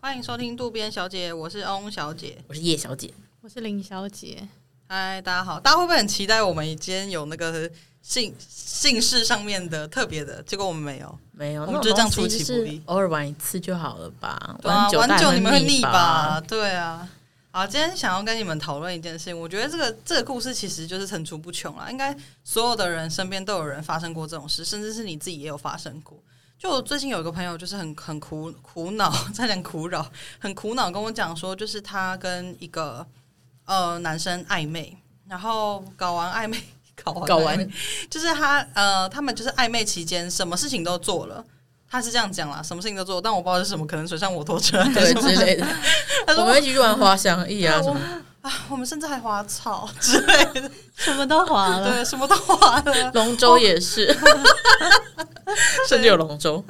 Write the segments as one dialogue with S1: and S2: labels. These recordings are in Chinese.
S1: 欢迎收听渡边小姐，我是翁小姐。
S2: 我是叶小姐，
S3: 我是林小姐，
S1: 嗨，大家好！大家会不会很期待我们今天有那个姓姓氏上面的特别的？结果我们没有，
S2: 没有，
S1: 我
S2: 那
S1: 们
S2: 种
S1: 就这样出
S2: 东西
S1: 其
S2: 就
S1: 不
S2: 是
S1: 意
S2: 偶尔玩一次就好了吧？
S1: 对啊，
S2: 久
S1: 玩
S2: 玩
S1: 久你们会
S2: 腻
S1: 腻吧？？对啊。好，今天想要跟你们讨论一件事情，我觉得这个这个故事其实就是层出不穷啦，应该所有的人身边都有人发生过这种事，甚至是你自己也有发生过。就我最近有一个朋友，就是很很苦苦恼， 差点苦恼，很苦恼跟我讲说，就是他跟一个呃男生暧昧，然后搞完暧昧，搞完
S2: 搞
S1: 暧昧
S2: 完
S1: 就是他呃，他们就是暧昧期间什么事情都做了，他是这样讲啦，什么事情都做，但我不知道是什么，可能水上摩托车啊还 是什
S2: 对
S1: 么
S2: 之类的，
S1: 他
S2: 我
S1: 说
S2: 们一起去玩滑翔翼啊
S1: 对
S2: 什
S1: 我
S2: 么
S1: 啊，我们甚至还滑草之类的，
S3: 什么都滑了，
S1: 对，什么都滑了。
S2: 龙舟也是， 甚至有龙舟。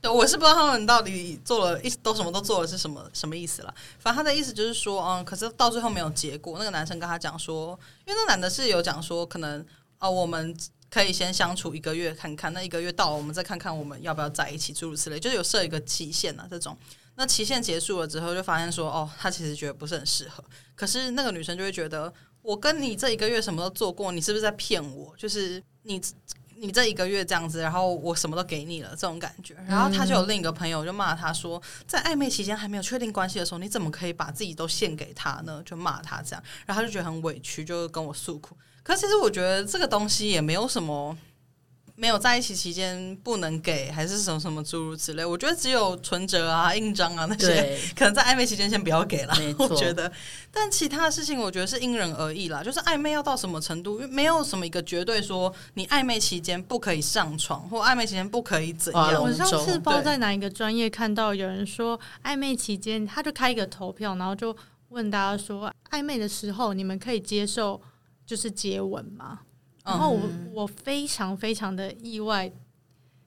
S1: 对，我是不知道他们到底做了一都什么都做了是什么什么意思啦。反正他的意思就是说，嗯，可是到最后没有结果。那个男生跟他讲说，因为那男的是有讲说，可能啊、呃我们可以先相处一个月看看，那一个月到了，我们再看看我们要不要在一起，诸如此类，就是有设一个期限啊这种。那期限结束了之后，就发现说，哦，他其实觉得不是很适合。可是那个女生就会觉得，我跟你这一个月什么都做过，你是不是在骗我？就是你你这一个月这样子，然后我什么都给你了，这种感觉。然后他就有另一个朋友就骂他说，在暧昧期间还没有确定关系的时候，你怎么可以把自己都献给他呢？就骂他这样，然后他就觉得很委屈，就跟我诉苦。可是其实我觉得这个东西也没有什么。没有在一起期间不能给，还是什么什么诸如此类，我觉得只有存折啊、印章啊那些
S2: 对，
S1: 可能在暧昧期间先不要给啦
S2: 没，错
S1: 我觉得。但其他的事情，我觉得是因人而异啦。就是暧昧要到什么程度，因为没有什么一个绝对说你暧昧期间不可以上床，或暧昧期间不可以怎
S2: 划
S1: 样。嗯
S2: 龙
S3: 我上
S2: 舟
S3: 次不知道
S1: 对
S3: 在哪一个专业看到有人说，暧昧期间他就开一个投票，然后就问大家说，暧昧的时候你们可以接受就是接吻吗？然后
S1: 嗯，
S3: 我我非常非常的意外，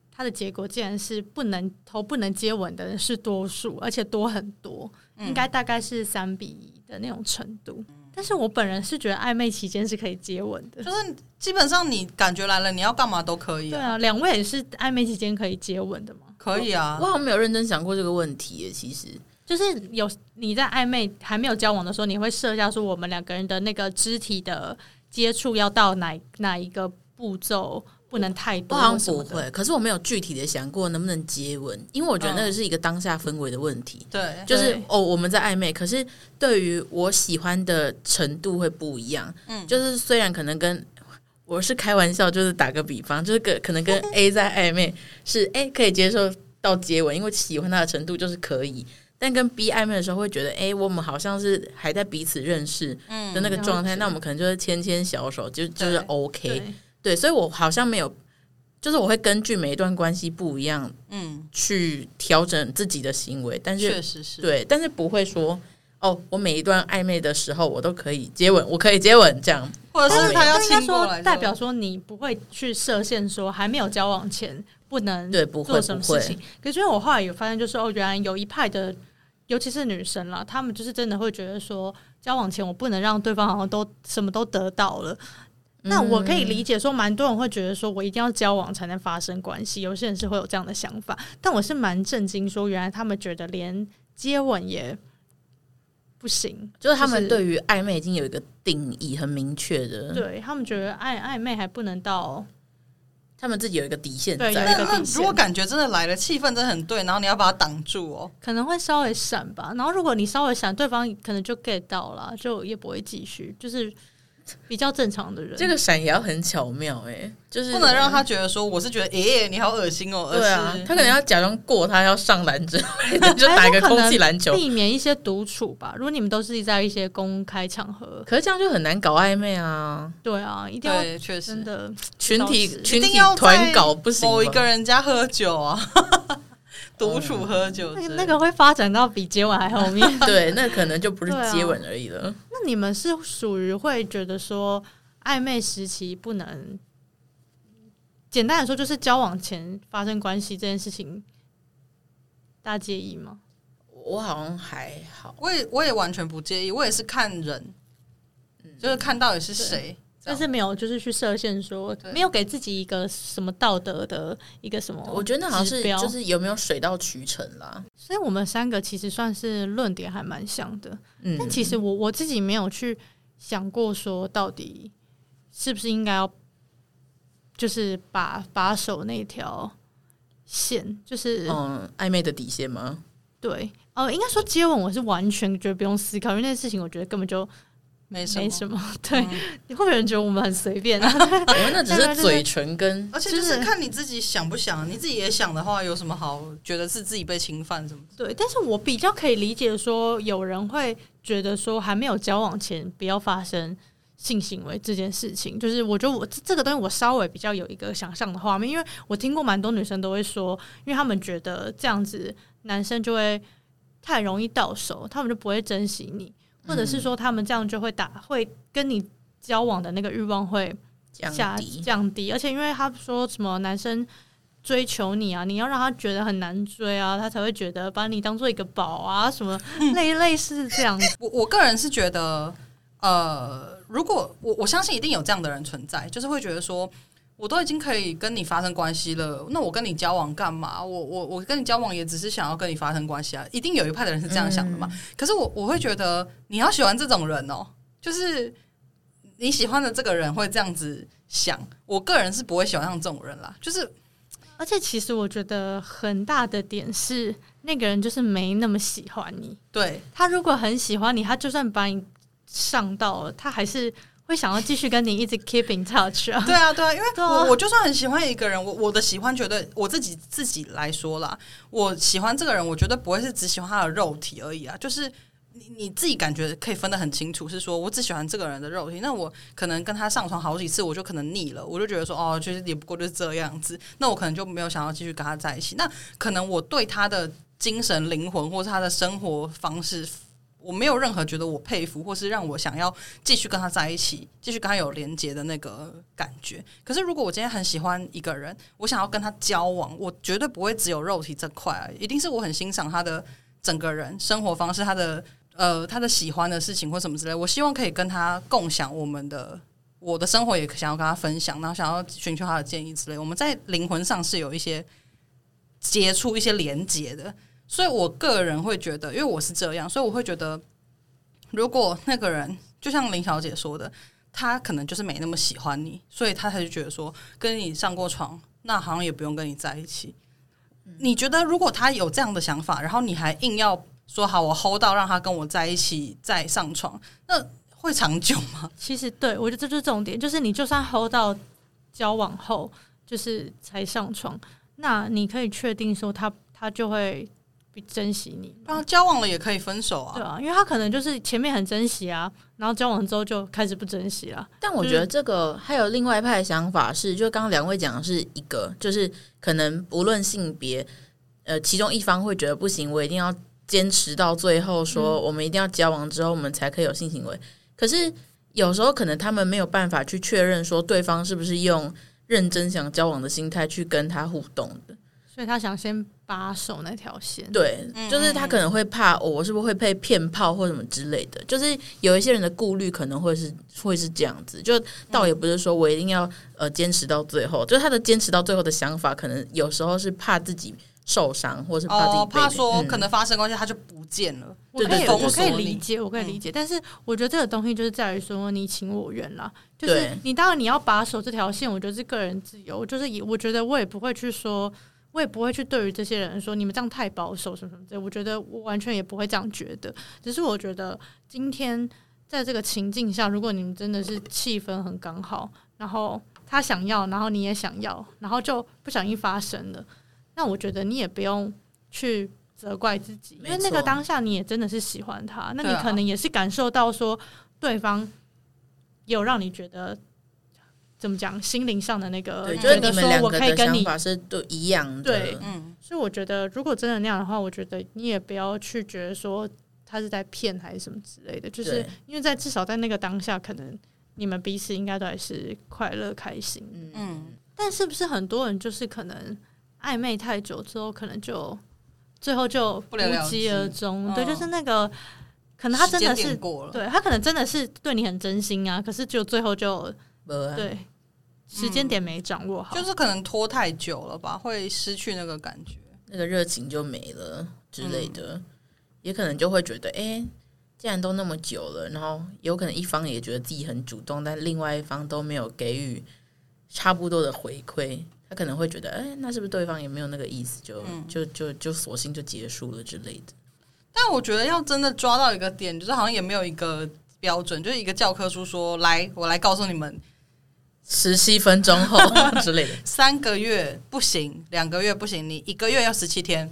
S3: 他的结果竟然是不能投不能接吻的人是多数，而且多很多，
S1: 嗯
S3: 应该大概是三比一的那种程度。但是我本人是觉得暧昧期间是可以接吻的。
S1: 就是基本上你感觉来了，你要干嘛都可以、
S3: 对
S1: 啊，
S3: 啊，两位也是暧昧期间可以接吻的吗？
S1: 可以
S2: 我
S1: 啊。
S2: 好像没有认真想过这个问题耶，其实
S3: 就是有你在暧昧还没有交往的时候，你会设下说我们两个人的那个肢体的接触要到哪哪一个步骤，不能太
S2: 我
S3: 多
S2: 好
S3: 什
S2: 像
S3: 么
S2: 不
S3: 的。
S2: 会，可是我没有具体的想过能不能接吻，因为我觉得
S1: 嗯
S2: 那个是一个当下氛围的问题。
S1: 对，
S2: 就是
S3: 对
S2: 哦，我们在暧昧，可是对于我喜欢的程度会不一样。
S1: 嗯
S2: 就是虽然可能跟我是开玩笑，就是打个比方，就是跟可能跟
S3: 嗯
S2: A 在暧昧是 A 可以接受到接吻，因为喜欢他的程度就是可以。但跟 B 暧昧的时候，会觉得哎、我们好像是还在彼此认识
S1: 嗯
S2: 的那个状态，
S3: 嗯了解
S2: 那我们可能就是牵牵小手，就就是 OK
S3: 对，
S2: 对，所以我好像没有，就是我会根据每一段关系不一样
S1: 嗯，
S2: 去调整自己的行为，但是
S1: 确实是。
S2: 对，但是不会说哦，我每一段暧昧的时候，我都可以接吻，我可以接吻这样。
S1: 或者
S3: 但
S1: 是
S3: 是
S1: 他要
S3: 但应该
S1: 亲过
S3: 说
S1: 来，
S3: 代表说你不会去设限，说还没有交往前不能
S2: 对不会
S3: 嗯做什么
S2: 不会
S3: 事情。可是因为我后来有发现，就是哦，原来有一派的，尤其是女生啦，她们就是真的会觉得说，交往前我不能让对方好像都什么都得到了。那我可以
S2: 嗯
S3: 理解说，蛮多人会觉得说我一定要交往才能发生关系，有些人是会有这样的想法。但我是蛮震惊，说原来他们觉得连接吻也不行，
S2: 就是他们
S3: 就是
S2: 对于暧昧已经有一个定义很明确的，
S3: 对他们觉得暧暧昧还不能到
S2: 他们自己有一个底线
S3: 对有
S1: 那
S3: 一
S2: 在。
S3: 个
S1: 那
S3: 底线
S1: 如果感觉真的来了，气氛真的很对，然后你要把它挡住哦。
S3: 可能会稍微闪吧。然后如果你稍微闪，对方可能就 get 到了，就也不会继续，就是比较正常的人。
S2: 这个闪也要很巧妙哎、就是
S1: 不能让他觉得说我是觉得，诶、你好恶心哦，而
S2: 对啊
S1: 是，
S2: 他可能要假装过他要上篮之类的，就打一个
S3: 还有可能
S2: 空气篮球。
S3: 避免一些独处吧。如果你们都是在一些公开场合，
S2: 可是这样就很难搞暧昧啊，
S3: 对啊，一定要
S1: 对，确实
S3: 真的
S2: 群体
S3: 倒是
S2: 群
S1: 一定
S2: 体
S1: 要在
S2: 团搞不行吧。
S1: 某一个人家喝酒 啊，独处喝酒之
S3: 嗯
S1: 类
S3: 那个
S1: 的，
S3: 那个会发展到比接吻还后面。
S2: 对，那可能就不是
S3: 对啊
S2: 接吻而已了。
S3: 那你们是属于会觉得说暧昧时期不能，简单来说就是交往前发生关系这件事情，大家介意吗？
S2: 我好像还好。
S1: 我也我也完全不介意，我也是看人，就是看到底是谁。这
S3: 但
S1: 样
S3: 是没有嗯就是去设限说，
S1: 对
S3: 没有给自己一个什么道德的一个什么，
S2: 我觉得那好像是
S3: 指标
S2: 就是有没有水到渠成啦。
S3: 所以我们三个其实算是论点还蛮像的，
S2: 嗯，
S3: 但其实我我自己没有去想过说到底是不是应该要，就是把把守那条线，就是、
S2: 嗯，暧昧的底线 吗？
S3: 对哦、应该说接吻我是完全觉得不用思考，因为那件事情我觉得根本就
S1: 没什么，
S3: 没什么。
S2: 嗯
S3: 对，会不会有人觉得我们很随便啊？
S2: 我们那只
S3: 对对
S2: 是
S3: 对
S2: 嘴唇跟
S1: 而且就
S3: 就是
S1: 是看你自己想不想，你自己也想的话，有什么好觉得是自己被侵犯什么？
S3: 对，但是我比较可以理解说，有人会觉得说，还没有交往前不要发生性行为这件事情。就是我觉得我这这个东西，我稍微比较有一个想象的画面，因为我听过蛮多女生都会说，因为她们觉得这样子男生就会太容易到手，他们就不会珍惜你，或者是说他们这样就会打会跟你交往的那个欲望会
S2: 降
S3: 下
S2: 低。
S3: 降低，而且因为他说什么男生追求你啊，你要让他觉得很难追啊，他才会觉得把你当做一个宝啊，什么类类似这样子。
S1: 我我个人是觉得，呃，如果我我相信一定有这样的人存在，就是会觉得说，我都已经可以跟你发生关系了，那我跟你交往干嘛？我我我跟你交往也只是想要跟你发生关系啊，一定有一派的人是这样想的嘛。可是我我会觉得，你要喜欢这种人哦，就是你喜欢的这个人会这样子想，我个人是不会喜欢上这种人啦，就是
S3: 而且其实我觉得很大的点是，那个人就是没那么喜欢你。
S1: 对。
S3: 他如果很喜欢你，他就算把你上到了，他还是会想要继续跟你一直 keep in touch 啊。
S1: 对啊，对啊，因为
S3: 对啊
S1: 我我就算很喜欢一个人，我我的喜欢绝对我自己自己来说啦，我喜欢这个人，我绝对不会是只喜欢他的肉体而已啊，就是。你你自己感觉可以分得很清楚，是说我只喜欢这个人的肉体，那我可能跟他上床好几次，我就可能腻了，我就觉得说哦，就是也不过就是这样子，那我可能就没有想要继续跟他在一起。那可能我对他的精神、灵魂或是他的生活方式，我没有任何觉得我佩服，或是让我想要继续跟他在一起，继续跟他有连接的那个感觉。可是如果我今天很喜欢一个人，我想要跟他交往，我绝对不会只有肉体这块、啊，一定是我很欣赏他的整个人生活方式，他的呃他的喜欢的事情或什么之类。我希望可以跟他共享我们的。我的生活也想要跟他分享，然后想要寻求他的建议之类。我们在灵魂上是有一些接触、一些连接的，所以我个人会觉得，因为我是这样，所以我会觉得，如果那个人就像林小姐说的，他可能就是没那么喜欢你，所以他才就觉得说跟你上过床，那好像也不用跟你在一起。你觉得如果他有这样的想法，然后你还硬要说好我 hold 到让他跟我在一起再上床，那会长久吗？
S3: 其实对我觉得这就是重点，就是你就算 hold 到交往后，就是才上床，那你可以确定说他他就会比珍惜你
S1: 不
S3: 吗，
S1: 然啊交往了也可以分手
S3: 对
S1: 啊。
S3: 啊，因为他可能就是前面很珍惜啊，然后交往之后就开始不珍惜了。
S2: 但我觉得这个还有另外一派的想法是，就刚刚两位讲的是一个，就是可能不论性别，呃，其中一方会觉得不行，我一定要坚持到最后，
S3: 嗯
S2: 说我们一定要交往之后，我们才可以有性行为。可是有时候可能他们没有办法去确认说对方是不是用认真想交往的心态去跟他互动的，
S3: 所以他想先把守那条线，
S2: 对，
S3: 嗯
S2: 就是他可能会怕、哦我是不是会被骗炮或什么之类的，就是有一些人的顾虑可能会是会是这样子，就倒也不是说我一定要呃坚持到最后，就是他的坚持到最后的想法，可能有时候是怕自己受伤，或是怕自己被、
S1: 哦，怕说
S2: 嗯
S1: 可能发生关系他就不见了，
S3: 我
S2: 对
S3: 可
S2: 对
S3: 以
S2: 对
S3: 我可以
S1: 封锁你
S3: 理解，我可以
S2: 嗯
S3: 理解，但是我觉得这个东西就是在于说你情我愿啦，就是
S2: 对
S3: 你当然你要把守这条线，我觉得是个人自由，就是也我觉得我也不会去说，我也不会去对于这些人说你们这样太保守什么什么之类，我觉得我完全也不会这样觉得，只是我觉得今天在这个情境下，如果你们真的是气氛很刚好，然后他想要，然后你也想要，然后就不小心发生了，那我觉得你也不用去。责怪自己，因为
S2: 没
S3: 那个
S2: 错
S3: 当下你也真的是喜欢他，那你
S1: 对啊
S3: 可能也是感受到说对方有让你觉得怎么讲心灵上的那个，
S2: 对，
S1: 嗯
S2: 就是
S3: 觉得
S2: 你们
S3: 说
S2: 两
S3: 我
S2: 个
S3: 可以
S2: 的
S3: 跟
S2: 想
S3: 你，
S2: 法是都一样的，
S3: 对
S1: 嗯，
S3: 所以我觉得如果真的那样的话，我觉得你也不要去觉得说他是在骗还是什么之类的，就是
S2: 对
S3: 因为在至少在那个当下，可能你们彼此应该都还是快乐开心，
S1: 嗯，
S3: 但是不是很多人就是可能暧昧太久之后，可能就最后就
S1: 不了了
S3: 无疾
S1: 之
S3: 而终，对，
S1: 嗯
S3: 就是那个嗯可能他真的
S1: 时间
S3: 是
S1: 点过了，
S3: 对他可能真的是对你很真心啊，可是就最后就
S2: 没
S1: 嗯
S2: 啊，
S3: 对，时间点没掌握好，
S1: 就是可能拖太久了吧，会失去那个感觉。
S2: 那个热情就没了之
S1: 嗯
S2: 类的，也可能就会觉得，哎、既然都那么久了，然后有可能一方也觉得自己很主动，但另外一方都没有给予差不多的回馈，他可能会觉得，哎、那是不是对方也没有那个意思，就、
S1: 嗯
S2: 就就就索性就结束了之类的。
S1: 但我觉得要真的抓到一个点，就是好像也没有一个标准，就是一个教科书说来，我来告诉你们，
S2: 十七分钟 后之类的，
S1: 三个月不行，两个月不行，你一个月要十七天，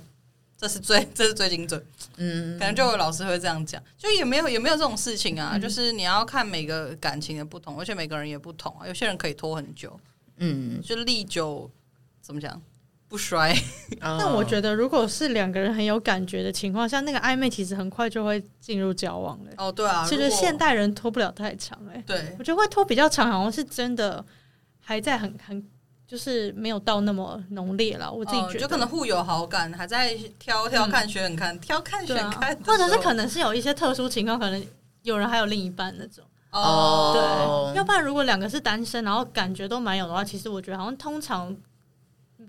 S1: 这是最这是最精准。
S2: 嗯，
S1: 可能就有老师会这样讲，就也没有也没有这种事情啊，就是你要看每个感情的不同，而且每个人也不同啊，有些人可以拖很久，
S2: 嗯，
S1: 就历久怎么讲不衰，
S2: 那
S3: 但
S1: 嗯
S3: 我觉得，如果是两个人很有感觉的情况下，那个暧昧其实很快就会进入交往了、
S1: 哦，对啊，
S3: 其实
S1: 如果
S3: 现代人拖不了太长哎、
S1: 对
S3: 我觉得会拖比较长，好像是真的还在很很就是没有到那么浓烈了。我自己
S1: 哦
S3: 觉得，
S1: 就可能互有好感，还在挑挑看选选看，挑看选
S3: 对啊
S1: 看的时候，
S3: 或者是可能是有一些特殊情况，可能有人还有另一半那种。对，
S1: 哦，
S3: 要不然如果两个是单身，然后感觉都蛮有的话，其实我觉得好像通常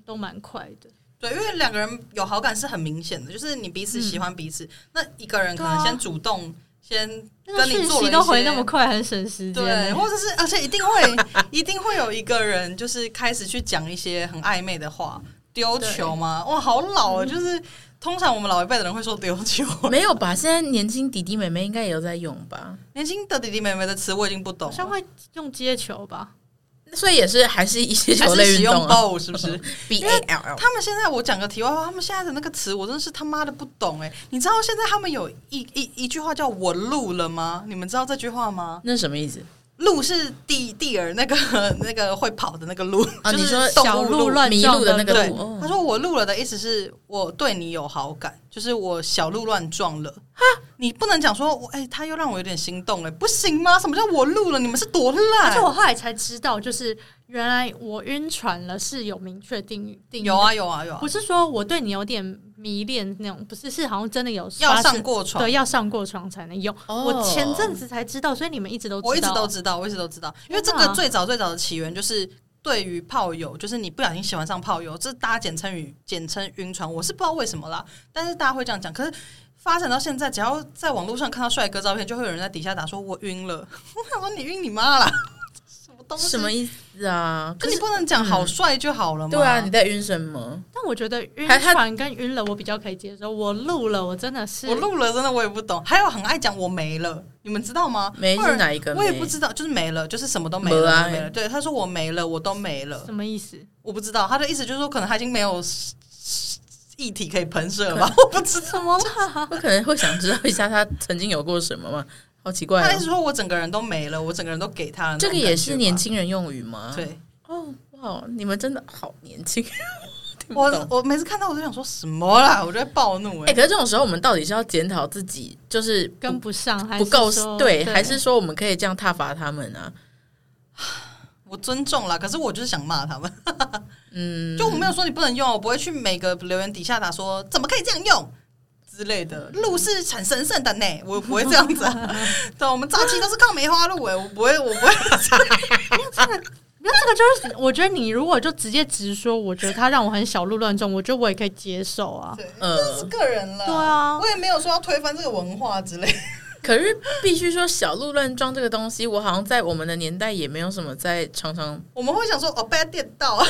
S3: 都蛮快的。
S1: 对，因为两个人有好感是很明显的，就是你彼此喜欢彼
S3: 嗯
S1: 此，那一个人可
S3: 对
S1: 能
S3: 啊
S1: 先主动先。
S3: 那个
S1: 跟你
S3: 讯
S1: 做了
S3: 息
S1: 一
S3: 都回那
S1: 些
S3: 么快，很省时间欸、
S1: 对，或者是而且一定会一定会有一个人就是开始去讲一些很暧昧的话，丢球吗？哇，好老
S3: 嗯
S1: 哦！就是通常我们老一辈的人会说丢球，
S2: 没有吧？现在年轻弟弟妹妹应该也有在用吧？
S1: 年轻的弟弟妹妹的词我已经不懂
S3: 好像
S1: 了，
S3: 会用接球吧？
S2: 所以也是还是一些
S1: 还
S2: 球
S1: 是
S2: 类
S1: 使
S2: 运
S1: 用
S2: 动啊
S1: bow 是不是？
S2: ，B A L L。
S1: 他们现在我讲个题外话，他们现在的那个词我真是他妈的不懂哎、你知道现在他们有一一一句话叫我录了吗？你们知道这句话吗？
S2: 那什么意思？
S1: 鹿是地地儿那个那个会跑的那个 鹿，
S2: 啊
S1: 就
S2: 你
S1: 是
S2: 说
S1: 动
S3: 小
S1: 物
S3: 鹿
S1: 鹿
S3: 乱
S2: 迷
S3: 撞
S2: 路的
S3: 的
S2: 那个
S1: 对
S2: 路，哦，
S1: 他说我录了的意思是我对你有好感，就是我小鹿乱撞了。你不能讲说，我哎、他又让我有点心动了，欸不行吗？什么叫我录了？你们是多
S3: 而且我
S1: 烂？
S3: 后来才知道，就是原来我晕船了是有明确定义定义的
S1: 有，啊有啊有啊
S3: 不，是说我对你有点迷恋那种，不是是好像真的有
S1: 要
S3: 发生
S1: 上过床
S3: 对，。要上过床才能用。
S2: 哦
S3: 我前阵子才知道，所以你们一直都
S1: 我一直
S3: 道啊
S1: 都知道，我一直都知道，因为这
S3: 天
S1: 个
S3: 哪
S1: 最早最早的起源就是对于炮友，就是你不小心喜欢上炮友，这大家简称语简称晕船，我是不知道为什么啦，但是大家会这样讲。可是发展到现在，只要在网络上看到帅哥照片，就会有人在底下打说“我晕了”， 我想说你晕你妈啦，什么东西？
S2: 哦什么意思啊？
S1: 可
S2: 可
S1: 你
S2: 是
S1: 不能讲好帅就好了吗？
S2: 对啊，你在晕什么？
S3: 但我觉得晕
S2: 还他
S3: 船跟晕了我比较可以接受，我录了我真的
S2: 啊
S3: 是
S1: 我录了，真的我也不懂。还有很爱讲我没了，你们知道吗？
S2: 没
S1: 或者
S2: 是哪一个没？
S1: 我也不知道，就是没了，就是什么都没
S2: 没
S1: 了，
S2: 啊
S1: 没了。对，他说我没了，我都没了，
S3: 什么意思？
S1: 我不知道。他的意思就是说，可能他已经没
S2: 嗯
S1: 有液体可以喷射了吧？我不知道。
S3: 什么啦？
S2: 我可能会想知道一下他曾经有过什么嘛，好奇怪
S1: 他的意
S2: 哦。
S1: 思说我整个人都没了，我整个人都给他了。
S2: 这个
S1: 那种
S2: 也
S1: 感觉
S2: 是
S1: 吧
S2: 年轻人用语吗？，
S1: 对。
S2: 哦，哇，你们真的好年轻。听不
S1: 我
S2: 懂
S1: 我每次看到我都想说什么啦，我就会暴怒
S2: 哎、
S1: 哎、
S2: 可是这种时候，我们到底是要检讨自己，就是不
S3: 跟不上还
S2: 不
S3: 是
S2: 够
S3: 说
S2: 对，还是说我们可以这样挞伐他们啊？
S1: 我尊重啦，可是我就是想骂他们。
S2: 嗯，
S1: 就我没有说你不能用，我不会去每个留言底下打说怎么可以这样用之类的。路是很神圣的呢，我不会这样子、 啊。对，我们早期都是靠梅花鹿哎，我不会，我不会。
S3: 那这个就是，我觉得你如果就直接直说，我觉得他让我很小鹿乱撞，我觉得我也可以接受啊。
S1: 对，
S2: 呃
S1: 这是个人了。
S3: 对啊
S1: 我也没有说要推翻这个文化之类的。
S2: 可是必须说，小鹿乱撞这个东西，我好像在我们的年代也没有什么在常常
S1: 我们会想说哦，被他电 到，
S3: 好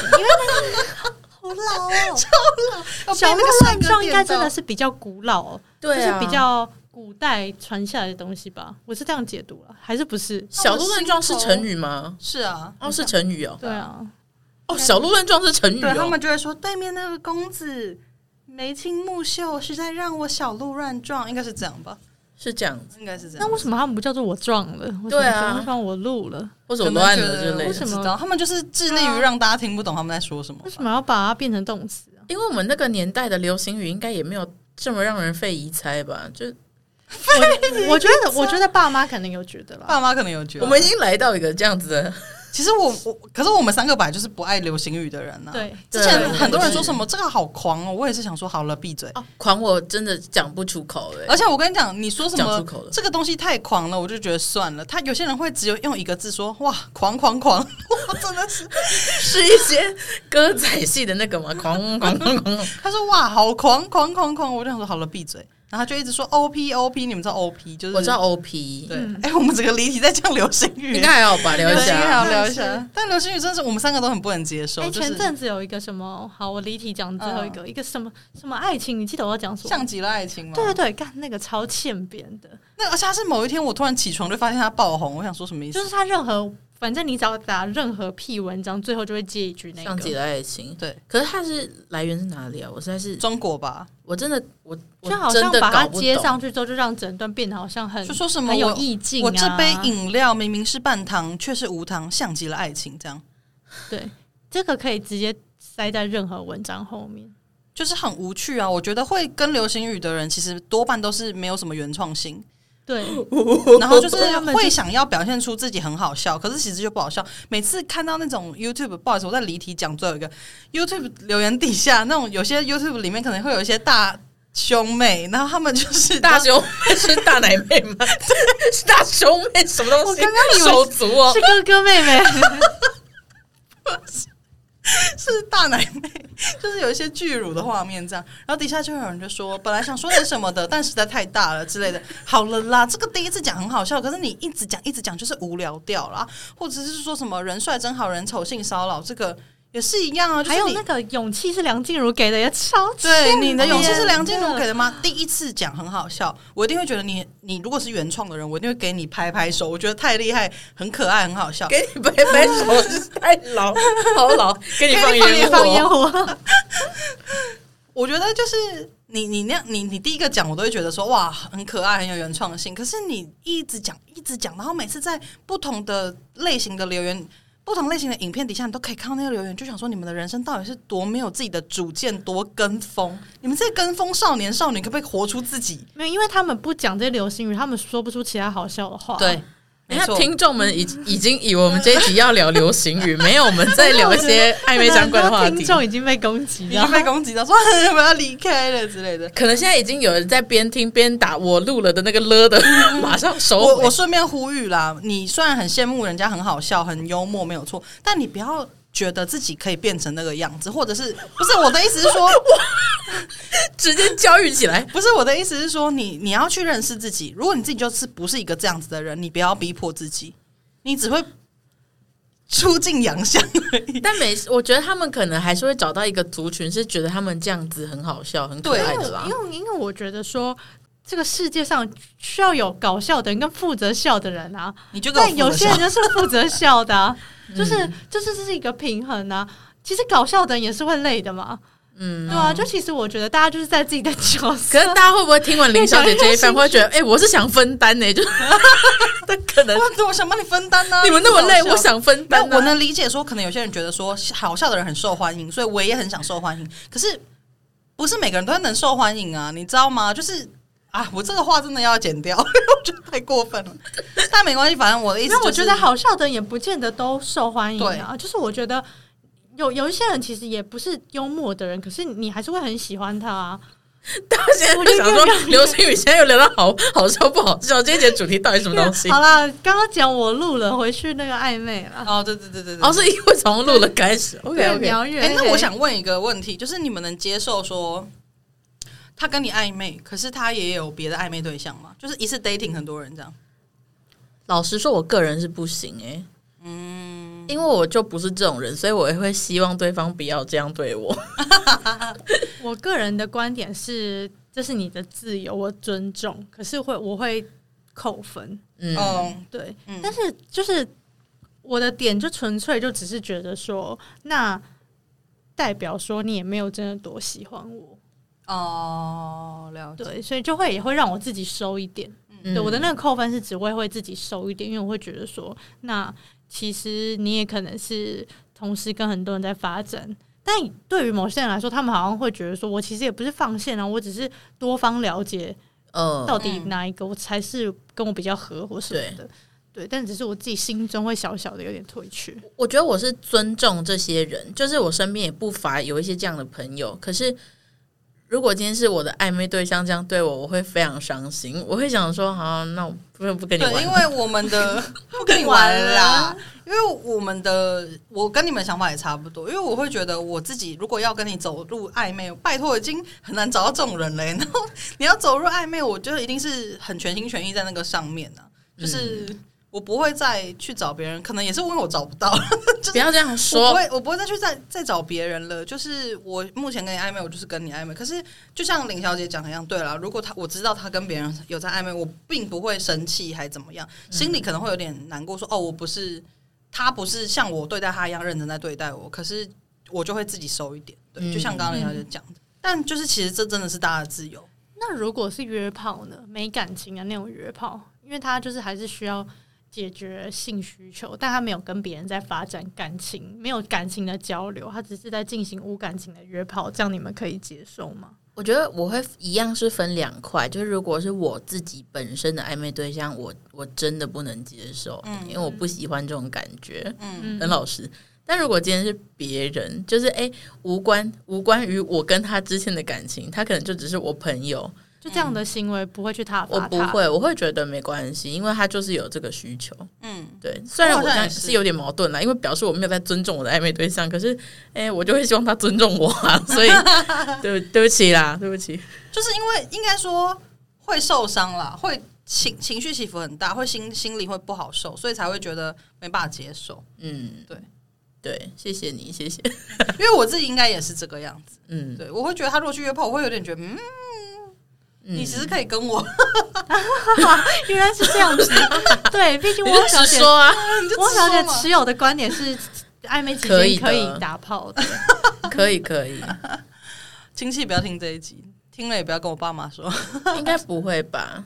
S3: 老哦，
S1: 哦
S3: 小
S1: 被
S3: 鹿
S1: 那个帅
S3: 乱
S1: 哥
S3: 撞应
S1: 电到
S3: 该真的是比较古老、哦，
S2: 对啊
S3: 就是比较古代传下来的东西吧。我是这样解读了，还是不是？
S2: 小鹿乱撞是成语吗？
S1: 是啊。
S2: 哦，是成语哦。
S3: 对啊，
S2: 哦，小鹿乱撞是成语
S1: 对他
S2: 哦。
S1: 们就会说，对面那个公子眉清目秀，是在让我小鹿乱撞，应该是这样吧？
S2: 是这样，
S1: 应该是这样。
S3: 那为什么他们不叫做我撞了？为什
S2: 对
S3: 么
S2: 啊
S3: 只会说我录了？
S2: 或者
S1: 可能
S2: 我乱
S1: 觉
S2: 了
S1: 得
S2: 之类
S1: 我
S3: 为
S2: 的
S3: 什。么
S1: 不知道他们就是致力于让大家听不懂他们在说什么吧。
S3: 为什么要把它变成动词 啊？
S2: 因为我们那个年代的流行语应该也没有这么让人费疑猜吧？就
S3: 啊我觉得，我觉得爸妈可能有觉得啦。
S1: 爸妈可能有觉得，
S2: 我们已经来到一个这样子的
S1: 其实我我，可是我们三个本来就是不爱流行语的人呐、
S3: 对，
S1: 之前
S2: 对
S1: 很多人
S2: 我
S1: 说
S2: 是
S1: 什么这个好狂哦，我也是想说好了，闭嘴。啊
S3: 哦
S2: 狂我真的讲不出口哎、
S1: 而且我跟你讲，你说什
S2: 讲
S1: 么
S2: 出口了
S1: 这个东西太狂了，我就觉得算了。他有些人会只有用一个字说哇狂狂狂， 我真的是。
S2: 是一些歌仔戏的那个嘛， 狂狂狂狂，
S1: 他说哇好狂狂狂狂，我就想说好了，闭嘴。然后他就一直说 O P O P，你们知道 O P 就是
S2: 我知道 OP，
S1: 对。哎、
S3: 嗯
S1: 我们整个离题在讲流行语，
S2: 应该还好吧？聊
S1: 流
S2: 一
S1: 行语
S2: 下，
S1: 好聊一下
S3: 是。
S1: 但流行语真的是我们三个都很不能接受，
S3: 哎，
S1: 就是嗯
S3: 前阵子有一个什么，好，我离题讲最后一个，一个什么什么爱情，你记得我要讲什么？
S1: 像极了爱情嘛。
S3: 对对对，干那个超欠扁的，
S1: 那而且他是某一天我突然起床就发现他爆红，我想说什么意思？
S3: 就是他任何，反正你只要打任何屁文章，最后就会接一句那
S2: 像极
S3: 个，
S2: 了爱情，
S1: 对
S2: 可是它是来源是哪里啊？我实在是，
S1: 中国吧，
S2: 我真的，我我
S3: 就好
S2: 真
S3: 像
S2: 的
S3: 把它
S2: 搞不
S3: 接
S2: 懂。
S3: 上去之后，就让整段变得好像很
S1: 就说什么
S3: 很有
S1: 我
S3: 意境啊。
S1: 我这杯饮料明明是半糖，却是无糖，像极了爱情。这样
S3: 对，这个可以直接塞在任何文章后面。
S1: 就是很无趣啊！我觉得会跟流行语的人，其实多半都是没有什么原创性，
S3: 对，
S1: 然后就是
S3: 对他们就
S1: 会想要表现出自己很好笑，可是其实就不好笑。每次看到那种 YouTube，不好意思，我在离题讲最后一个 YouTube 留言底下那种有些 YouTube 里面可能会有一些大胸妹，然后他们就是
S2: 大胸 妹是大奶妹吗？ 是大胸妹什么东西？
S3: 我刚刚以为
S2: 手足哦
S3: 是，哥哥妹 妹，
S1: 是大奶 妹，就是有一些巨乳的画面这样，然后底下就有人就说，本来想说点什么的，但实在太大了之类的。好了啦，这个第一次讲很好笑，可是你一直讲一直讲就是无聊掉啦，或者是说什么人帅真好人丑性骚扰，这个也是一样啊。就是、
S3: 还有
S1: 你
S3: 那个勇气是梁静茹给的，也超级
S1: 对你的勇气是梁静茹
S3: 的
S1: 给的吗？第一次讲很好笑，我一定会觉得你你如果是原创的人，我一定会给你拍拍手，我觉得太厉害，很可爱，很好笑。
S2: 给你拍拍手，真是太老，好老， 给你放
S3: 放烟
S2: 烟
S3: 放烟
S2: 火。
S3: 火，
S1: 我觉得就是你你那样你你第一个讲我都会觉得说哇很可爱很有原创性，可是你一直讲一直讲，然后每次在不同的类型的留言、不同类型的影片底下，你都可以看到那些留言，就想说你们的人生到底是多没有自己的主见，多跟风？你们这些跟风少年少女可不可以活出自己？
S3: 没有，因为他们不讲这些流行语，他们说不出其他好笑的话。
S2: 对，你
S1: 没
S2: 看
S1: 错
S2: 听众们已已经以为我们这一集要聊流行语，没有，我们在聊一 些暧昧相关的 话
S3: 很多
S2: 题
S3: 听。众已经被攻击
S1: 已
S3: 了
S1: 经，被攻击到说我要离开了之类的。
S2: 可能现在已经有人在边听边打我录了的那个了的，马上手
S1: 我
S2: 回
S1: 我。顺便呼吁啦，你虽然很羡慕人家很好笑、很幽默，没有错，但你不要觉得自己可以变成那个样子，或者是不是我的意思是 说，
S2: 直接教育起来。
S1: 不是我的意思是说，你你要去认识自己。如果你自己就是不是一个这样子的人，你不要逼迫自己，你只会出尽洋相而已。
S2: 但每我觉得他们可能还是会找到一个族群，是觉得他们这样子很好笑、很可
S1: 对
S2: 爱
S3: 因
S2: 的
S3: 为
S2: 啦
S3: 因。为因为我觉得说，这个世界上需要有搞笑的人跟负责笑的人啊，
S1: 你就给我
S3: 但有
S1: 负责
S3: 些人
S1: 笑
S3: 就是负责笑的、 啊，
S2: 嗯
S3: 就是就是这是一个平衡啊。其实搞笑的人也是会累的嘛，
S2: 嗯，
S3: 对啊。就其实我觉得大家就是在自己的角
S2: 可
S3: 色
S2: 是，大家会不会听完林小姐这一番，会觉得哎、我是想分担呢、就是 但可能
S1: 我我想帮你分担呢、
S2: 你们那么累，
S1: 你是好
S2: 我
S1: 笑。
S2: 想分
S1: 没有
S2: 担、啊。
S1: 我能理解说，可能有些人觉得说好笑的人很受欢迎，所以我也很想受欢迎。可是不是每个人都能受欢迎啊，你知道吗？就是啊，我这个话真的要剪掉， 我觉得太过分了。但没关系，反正我的意思、就
S3: 那
S1: 是，
S3: 我觉得好笑的人也不见得都受欢迎啊。就是我觉得有有一些人其实也不是幽默的人，可是你还是会很喜欢他啊。
S2: 大家现在就想说，流星雨现在又聊到好好笑不好笑，这一节主题到底什么东西？
S3: 好啦，刚刚讲我录了，回去那个暧昧了，
S1: 哦，对对对对对，
S2: 哦，是因为从录了开 始。OK
S3: 越
S2: OK，
S3: 描越
S1: 哎、
S3: 黑。
S1: 那我想问一个问题，就是你们能接受说他跟你暧昧，可是他也有别的暧昧对象吗？就是一次 dating 很多人这样，
S2: 老实说，我个人是不行哎、嗯，因为我就不是这种人，所以我也会希望对方不要这样对我。
S3: 我个人的观点是，这是你的自由，我尊重，可是会我会扣分。
S2: 嗯，
S1: 嗯，
S3: 对，
S1: 嗯
S3: 但是就是我的点就纯粹就只是觉得说，那代表说你也没有真的多喜欢我，
S1: 哦，了解，
S3: 对，所以就会也会让我自己收一点。
S2: 嗯
S3: 对，我的那个扣分是只会会自己收一点，因为我会觉得说，那其实你也可能是同时跟很多人在发展。但对于某些人来说，他们好像会觉得说，我其实也不是放线啊，我只是多方了解
S2: 呃，
S3: 到底哪一个我才是跟我比较合或什么的。对，但只是我自己心中会小小的有点退却。
S2: 我觉得我是尊重这些人，就是我身边也不乏有一些这样的朋友。可是，如果今天是我的暧昧对象这样对我，我会非常伤心。我会想说，好、那我不不跟你玩了。
S1: 对，因为我们的 不跟你玩啦，因为我们的我跟你们想法也差不多，因为我会觉得我自己如果要跟你走入暧昧，拜托已经很难找到这种人嘞、然后你要走入暧昧，我觉得一定是很全心全意在那个上面呢、就是。我不会再去找别人，可能也是因为我找不到，
S2: 不要这样
S1: 我不
S2: 说，
S1: 会，我不会再去再再找别人了。就是我目前跟你暧昧，我就是跟你暧昧。可是就像林小姐讲的一样，对了，如果她我知道她跟别人有在暧昧，我并不会生气还怎么样，
S2: 嗯
S1: 心里可能会有点难过说，哦，我不是他不是像我对待他一样认真在对待我，可是我就会自己收一点。对，
S2: 嗯
S1: 就像刚刚林小姐讲的，但就是其实这真的是大家的自由。
S3: 那如果是约炮呢？没感情啊的那种约炮，因为他就是还是需要解决性需求，但他没有跟别人在发展感情，没有感情的交流，他只是在进行无感情的约炮，这样你们可以接受吗？
S2: 我觉得我会一样是分两块，就是如果是我自己本身的暧昧对象，我我真的不能接受，
S1: 嗯
S2: 因为我不喜欢这种感觉，
S1: 嗯，
S3: 嗯
S2: 很老实。但如果今天是别人，就是诶无关无关于我跟他之间的感情，他可能就只是我朋友，
S3: 就这样的行为不会去挞
S2: 嗯我
S3: 伐
S2: 不
S3: 他，
S2: 会，我会觉得没关系，因为他就是有这个需求。
S1: 嗯，
S2: 对，虽然
S1: 我
S2: 我
S1: 好
S2: 这
S1: 像
S2: 样
S1: 也是
S2: 是有点矛盾啦，因为表示我没有在尊重我的暧昧对象，可是诶，我就会希望他尊重我啊， 所以对对不起啦，对不起。
S1: 就是因为应该说会受伤啦，会情情绪起伏很大，会心心里会不好受，所以才会觉得没办法接受。
S2: 嗯，
S1: 对
S2: 对，谢谢你，谢谢。
S1: 因为我自己应该也是这个样子，
S2: 嗯，
S1: 对我会觉得他如果去约炮，我会有点觉得，嗯，
S2: 嗯
S1: 你其实可以跟我，
S3: 原来是这样子。对，毕竟
S2: 你
S3: 汪
S2: 就
S3: 小
S2: 直
S3: 姐，
S2: 说啊，
S1: 你就直
S3: 汪小姐
S1: 说嘛
S3: 持有的观点是暧昧期
S2: 可以
S3: 间
S2: 的
S3: 可以打炮的，
S2: 可以可以，
S1: 亲戚不要听这一集，听了也不要跟我爸妈说。
S2: 应该不会吧？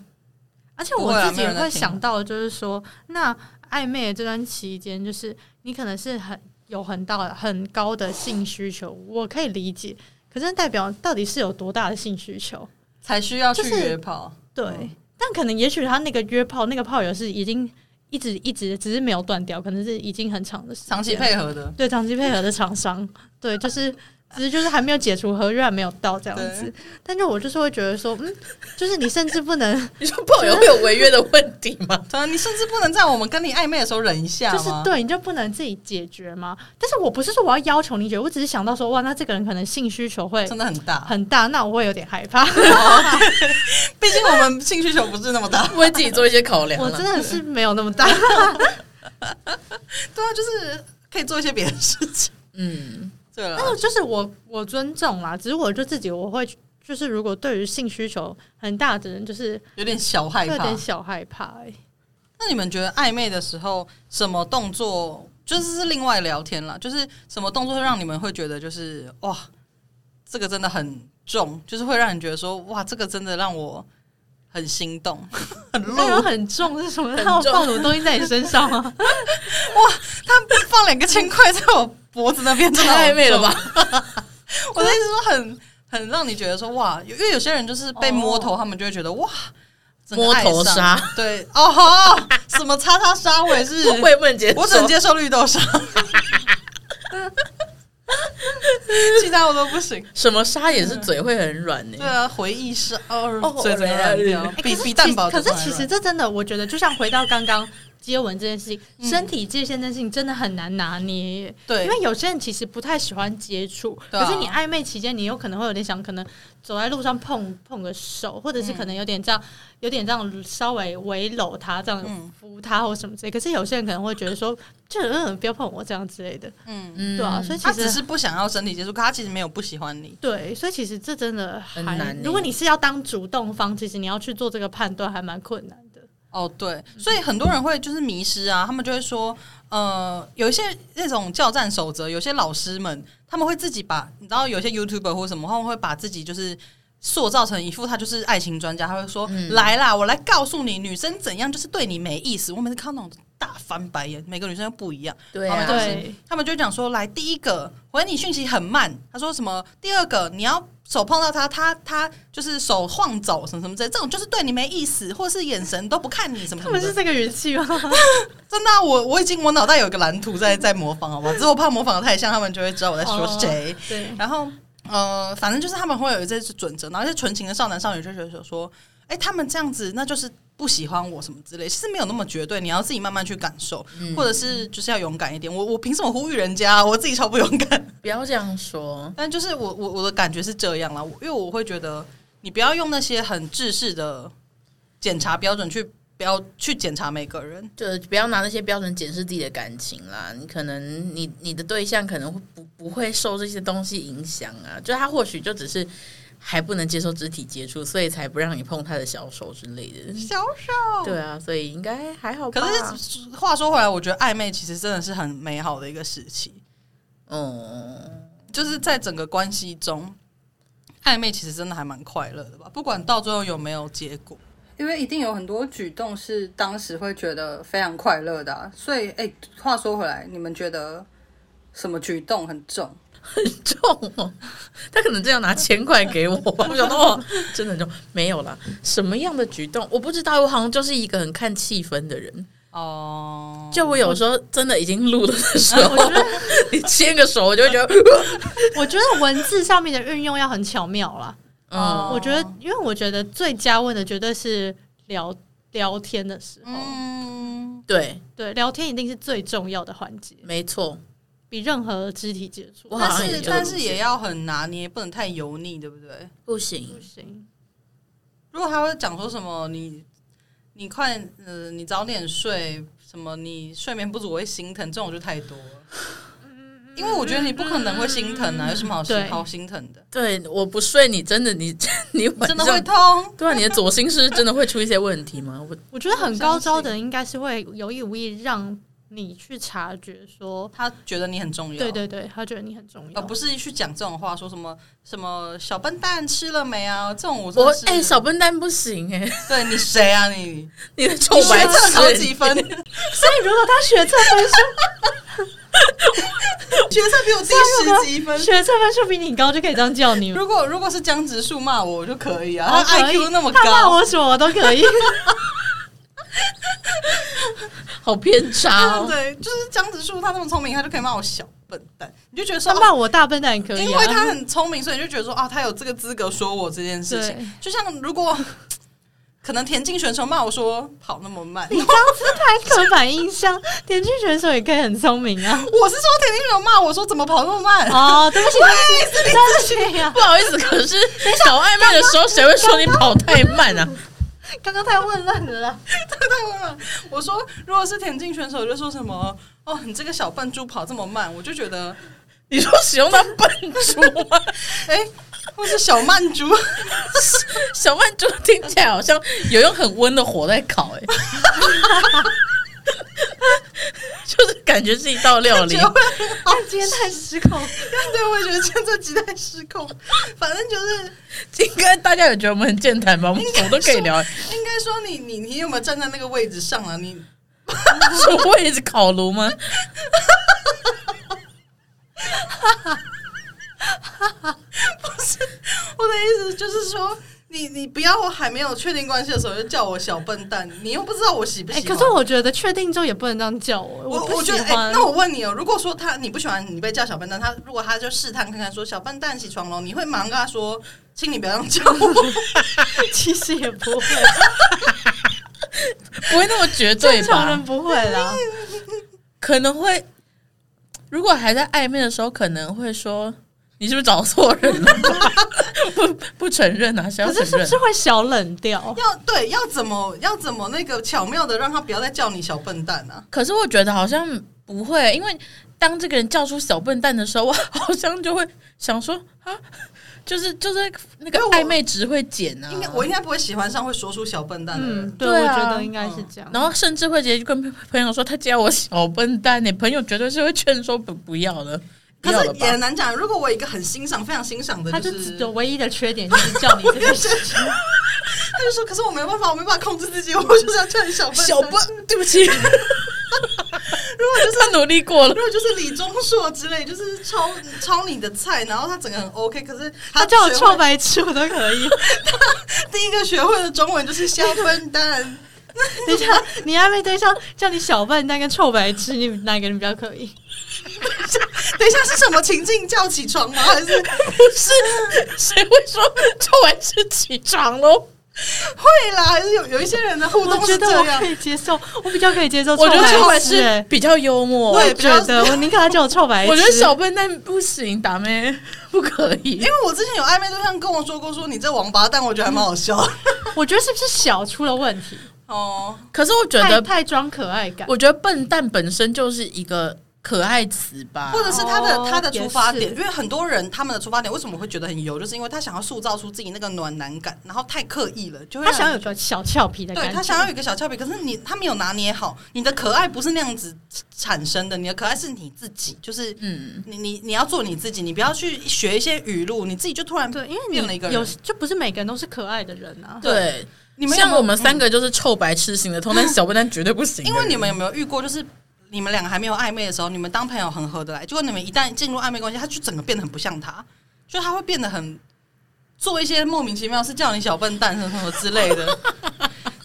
S3: 而且
S1: 不会
S3: 我
S1: 啊
S3: 自己
S1: 没有
S3: 也
S1: 人在
S3: 会
S1: 听
S3: 想到，就是说，那暧昧的这段期间，就是你可能是很有很大很高的性需求，我可以理解。可是代表到底是有多大的性需求？
S1: 才需要去
S3: 就是
S1: 约炮，
S3: 对，
S1: 嗯
S3: 但可能也许他那个约炮，那个炮友是已经一直一直只是没有断掉，可能是已经很长的时间
S1: 长期配合的，
S3: 对长期配合的厂商，对，就是只是就是还没有解除合约，还没有到这样子
S1: 对。
S3: 但就我就是会觉得说，嗯，就是你甚至不能
S2: 你说朋友会有违约的问题 吗？
S1: 对啊，你甚至不能在我们跟你暧昧的时候忍一下
S3: 就是
S1: 吗？
S3: 对，你就不能自己解决吗？但是我不是说我要要求你解决，我只是想到说，哇，那这个人可能性需求会
S1: 真的哦很大，
S3: 很大，那我会有点害怕。
S1: 毕竟我们性需求不是那么大。
S2: 为自己做一些考量
S3: 我
S2: 啦
S3: 真的是没有 那么大，
S1: 对啊，就是可以做一些别的事情。
S2: 嗯，
S1: 对了
S3: 但，是就是我我尊重啦，只是我就自己我会就是如果对于性需求很大的人，就是
S1: 有点小
S3: 会
S1: 害
S3: 有
S1: 怕
S3: 点。小害怕、欸。
S1: 那你们觉得暧昧的时候，什么动作就是是另外聊天啦，就是什么动作会让你们会觉得就是哇，这个真的很重，就是会让你觉得说哇，这个真的让我很心 动，很露
S3: 那有很重是什么？
S2: 很
S3: 那我
S2: 重
S3: 放什么东西在你身上吗？
S1: 放两个千块在我脖子那边，真的
S2: 太暧昧了吧？
S1: 我的意思说很很让你觉得说哇，因为有些人就是被摸头，他们就会觉得哇。整个
S2: 哦摸
S1: 爱
S2: 头
S1: 上
S2: 杀，
S1: 对哦吼，什么叉叉杀， 我也是，
S2: 我也不能接 受，
S1: 我只能接受绿豆沙， 其他我都不行。
S2: 什么沙也是嘴会很软呢、
S1: 对啊，回忆是哦
S2: 哦，
S1: 嘴怎么烂掉
S2: 哎？
S3: 欸
S1: 比
S3: 可是
S1: 比
S3: 其
S1: 蛋堡嘴
S3: 可是
S1: 怎么
S3: 其
S1: 软
S3: 实这真的，我觉得就像回到刚刚接吻这件事情，
S1: 嗯
S3: 身体界限这件事情真的很难拿捏。
S1: 对
S3: 因为有些人其实不太喜欢接触，
S1: 对啊
S3: 可是你暧昧期间，你有可能会有点想，可能走在路上碰碰个手，或者是可能有点这样，有点这样稍微围搂他，这样
S1: 嗯
S3: 扶他或什么之类。可是有些人可能会觉得说，就嗯，不要碰我这样之类的，
S1: 嗯，
S2: 嗯
S3: 对啊，所以其
S1: 他只
S3: 实。
S1: 是不想要身体接触，可他其实没有不喜欢你。
S3: 对，所以其实这真的
S2: 很
S3: 还
S2: 难欸
S3: 如果你是要当主动方，其实你要去做这个判断，还蛮困难的。
S1: 哦，对，所以很多人会就是迷失啊，他们就会说，呃，有一些那种教战守则，有些老师们他们会自己把，你知道，有些 YouTuber 或什么，他们会把自己就是塑造成一副他就是爱情专家，他会说，来啦，我来告诉你，女生怎样就是对你没意思。我每次看到那种大翻白眼，每个女生又不一样。
S2: 对
S1: 他
S2: 啊，
S1: 们就是
S3: 对
S1: 他们就讲说，来第一个回你讯息很慢，他说什么第二个你要手碰到他，他他就是手晃走什么什么之类，这种就是对你没意思，或是眼神都不看你什么
S3: 他
S1: 什么
S3: 们是
S1: 的。
S3: 这个语气吗？
S1: 真的啊、我我已经我脑袋有一个蓝图在在模仿，好吧，只是我怕模仿的太像，他们就会知道我在说谁。
S3: 对，
S1: 然后呃，反正就是他们会有这些准则，然后一些纯情的少男少女就觉得说，哎、他们这样子那就是不喜欢我什么之类，其实没有那么绝对，你要自己慢慢去感受，或者是就是要勇敢一点。我我凭什么呼吁人家啊？我自己超不勇敢。
S2: 不要这样说。
S1: 但就是我我我的感觉是这样啦，我因为我会觉得你不要用那些很制式的检查标准去标去检查每个人。
S2: 就是不要拿那些标准检视自己的感情啦。你可能你你的对象可能会不不会受这些东西影响啊，就他或许就只是还不能接受肢体接触，所以才不让你碰他的小手之类的。
S1: 小手，
S2: 对啊，所以应该还好吧。
S1: 哦可是话说回来，我觉得暧昧其实真的是很美好的一个时期。
S2: 嗯，
S1: 就是在整个关系中，暧昧其实真的还蛮快乐的吧，不管到最后有没有结果。因为一定有很多举动是当时会觉得非常快乐的啊、所以，哎、话说回来，你们觉得什么举动很重？
S2: 重哦， 他可能真要拿千块给我，我想到哦真的很重，没有啦。什么样的举动我不知道，我好像就是一个很看气氛的人。
S1: 哦、
S2: 就我有时候真的已经录了的时 候，你牵个手，我就会觉得，
S3: 我觉得文字上面的运用要很巧妙啦。
S1: 哦
S2: 嗯，
S3: 我觉得，因为我觉得最加温的绝对是聊聊天的时候，
S1: 嗯，
S2: 对，
S3: 对，聊天一定是最重要的环节，
S2: 没错。比
S3: 比任何肢体接触
S2: 我好
S1: 但
S2: 像也
S1: 是
S2: 就
S1: 但是也要很拿捏，不能太油腻，对不对？
S2: 不
S3: 不
S2: 行，
S3: 行。
S1: 如果他会讲说什么你你快呃你早点睡，什么你睡眠不足我会心疼，这种就太多了。
S3: 嗯
S1: 因为我觉得你不可能会心疼啊，有什么好心
S3: 对
S1: 好心疼的？
S2: 对，我不睡，你真的你 你晚
S1: 真的
S2: 上
S1: 会痛。
S2: 对啊，你的左心是真的会出一些问题吗？我
S3: 我觉得很高招的人应该是会有意无意让你去察觉说，
S1: 他觉得你很重要，哦
S3: 对，对对，他觉得你很重要。
S1: 而不是去讲这种话，说什么什么小笨蛋吃了没啊？这种我真
S2: 我
S1: 的是
S2: 哎、小笨蛋不行哎、
S1: 对你谁啊 你？
S2: 你的臭
S1: 你学
S2: 白
S1: 测考
S2: 痴
S1: 几分？
S3: 所以如果他学测分数
S1: 学测比我低十几分。
S3: 学测分数 比你高，就可以这样叫你。
S1: 如果如果是江直树骂我，我就可以啊，
S3: 哦
S1: 他
S3: 可以
S1: IQ 那么
S3: 他骂
S1: 高，
S3: 我什么我都可以。
S2: 好偏差 哦。
S1: 对，就是江直树他那么聪明，他就可以骂我小笨蛋，你就觉得说
S3: 他骂我大笨蛋也可以、啊，
S1: 因为他很聪明，所以你就觉得说啊，他有这个资格说我这件事情。就像如果可能田径选手骂我说跑那么慢，
S3: 你这样子太刻板印象，田径选手也可以很聪明啊。
S1: 我是说田径选手骂我说怎么跑那么慢，
S3: 哦，对不起，对不起，对不起呀、
S2: 不好意思，可是搞暧昧的时候，谁会说你跑太慢啊？
S3: 刚刚太混乱了啦。
S1: 我说如果是田径选手，就说什么哦，你这个小笨猪跑这么慢，我就觉得
S2: 你说使用到笨猪 吗？
S1: 哎、或是小慢猪，
S2: 小曼猪听起来好像有用很温的火在烤 哎、就是感觉是一道料理
S1: 觉。得会
S3: 但哦今天太失控，
S1: 对，我也觉得现在几代失控，反正就是。
S2: 应该大家有觉得我们很健谈吧？我们什么都可以聊、
S1: 应该说你你你有没有站在那个位置上啊？你
S2: 是位置烤炉吗？
S1: 我的意思就是说，你你不要还没有确定关系的时候就叫我小笨蛋，你又不知道我喜不
S3: 哎、
S1: 喜欢。
S3: 可是我觉得确定之后也不能这样叫我，
S1: 我
S3: 不
S1: 我
S3: 喜
S1: 觉得，
S3: 欢。
S1: 哎，那我问你哦，如果说他你不喜欢你被叫小笨蛋，他如果他就试探看看说小笨蛋起床了，你会马上跟他说，请你不要这样叫我。
S3: 其实也不 会，
S2: 不会那么绝对
S3: 正常人
S2: 吧？
S3: 不会啦。
S2: 可能会，如果还在暧昧的时候，可能会说你是不是找错人了？ 不不承认啊，谁要
S3: 可
S2: 承
S3: 是是不
S2: 认
S3: 是？会小冷掉？
S1: 要对要怎么要怎么那个巧妙的让他不要再叫你小笨蛋啊？
S2: 可是我觉得好像不会，因为当这个人叫出小笨蛋的时候，我好像就会想说啊，就是就是那个
S1: 因为我
S2: 暧昧值会减啊
S1: 应该。我应该不会喜欢上会说出小笨蛋的
S3: 嗯
S1: 人。，
S3: 对，哦
S2: 对啊
S3: 我觉得应该是这样。
S2: 然后甚至会直接跟朋友说他叫我小笨蛋，你朋友绝对是会劝说不不要的，不
S1: 可
S2: 要
S1: 是
S2: 了吧
S1: 也？很难讲，如果我有一个很欣赏、非常欣赏的、
S3: 他
S1: 就，
S3: 就是只有唯一的缺点就是叫你 这个事情，
S1: 他就说：“可是我没办法，我没办法控制自己，我就是要叫你小笨蛋。
S2: 小笨，对不起，就是努力过了
S1: 如。果就是李钟硕之类，就是抄抄你的菜，然后他整个很 OK，可是
S3: 他叫我
S1: 学会
S3: 臭白痴，我都可以。
S1: 第一个学会的中文就是小笨蛋。
S3: 等一下，你暧昧对象叫你小笨蛋跟臭白痴，你哪个你比较可以？
S1: 等一下是什么情境叫起床 吗？还是
S2: 不是，谁会说臭完是起床喽？
S1: 会啦？还是有有一些人的互
S3: 我
S1: 动
S3: 觉
S1: 是
S3: 得
S1: 这
S3: 我
S1: 样
S3: 可？以接受，我比较可以接受
S2: 我觉得臭
S3: 白
S2: 完
S3: 痴、
S2: 是
S3: 欸。
S2: 比较幽默，
S3: 我
S1: 对
S3: 也
S1: 比较
S3: 觉得，我宁可他叫我臭白痴。
S2: 我觉得小笨蛋不行，打妹不可以
S1: 因。为我之前有暧昧对象跟我说过，说你这王八蛋，我觉得还蛮好笑。
S3: 我觉得是不是小出了问题？
S1: 哦，
S2: 可是我觉
S3: 太
S2: 得，
S3: 太装可爱感。
S2: 我觉得笨蛋本身就是一个可爱词吧
S1: 或。者是他的、
S3: 哦
S1: 他的出发
S3: 也
S1: 点，
S3: 是
S1: 因为很多人他们的出发点为什么会觉得很油，就是因为他想要塑造出自己那个暖男感，然后太刻意了，就会
S3: 他
S1: 让
S3: 想要有
S1: 人觉
S3: 个小俏皮的
S1: 得
S3: 感
S1: 对
S3: 觉，
S1: 他想要有一个小俏皮，可是你他没有拿捏好，你的可爱不是那样子产生的，你的可爱是你自己，就是
S2: 嗯，
S1: 你你你要做你自己，你不要去学一些语录，你自己就突然
S3: 对，因
S1: 变了一
S3: 为
S1: 个
S3: 你有
S1: 人
S3: 就不是每个人都是可爱的人啊。
S2: 对。
S1: 你们有嗯
S2: 像
S1: 没有
S2: 我们三个就是臭白痴型的，通但小笨蛋绝对不行的。
S1: 因为你们有没有遇过，就是你们两个还没有暧昧的时候，你们当朋友很合得来，结果你们一旦进入暧昧关系，他就整个变得很不像他，就他会变得很做一些莫名其妙，是叫你小笨蛋什么什么之类的。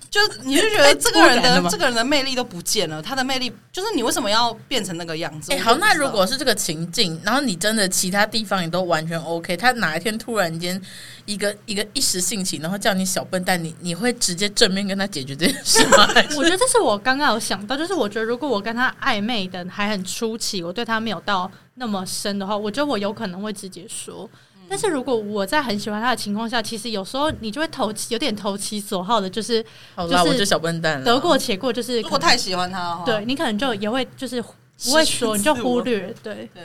S1: 就你就觉得这个人
S2: 太突然了
S1: 的
S2: 吧
S1: 这个人的魅力都不见了，他的魅力就是你为什么要变成那个样子？
S2: 哎、
S1: 我就
S2: 好，
S1: 不
S2: 那
S1: 知道
S2: 如果是这个情境，然后你真的其他地方你都完全 OK，他哪一天突然间一个一个一时兴起，然后叫你小笨蛋，你你会直接正面跟他解决这件事吗？还是
S3: 我觉得这是我刚刚有想到，就是我觉得如果我跟他暧昧的还很初期，我对他没有到那么深的话，我觉得我有可能会直接说。
S1: 嗯
S3: 但是如果我在很喜欢他的情况下，其实有时候你就会投其有点投其所好的，就是
S2: 好啦，
S3: 就是
S2: 我就小笨蛋了。
S3: 得过且过，就是
S1: 嗯如果
S3: 可能
S1: 太嗯喜欢他的话，
S3: 对你可能就也会就是不
S1: 失
S3: 会说，
S1: 去自我
S3: 你就忽略。对，
S1: 对，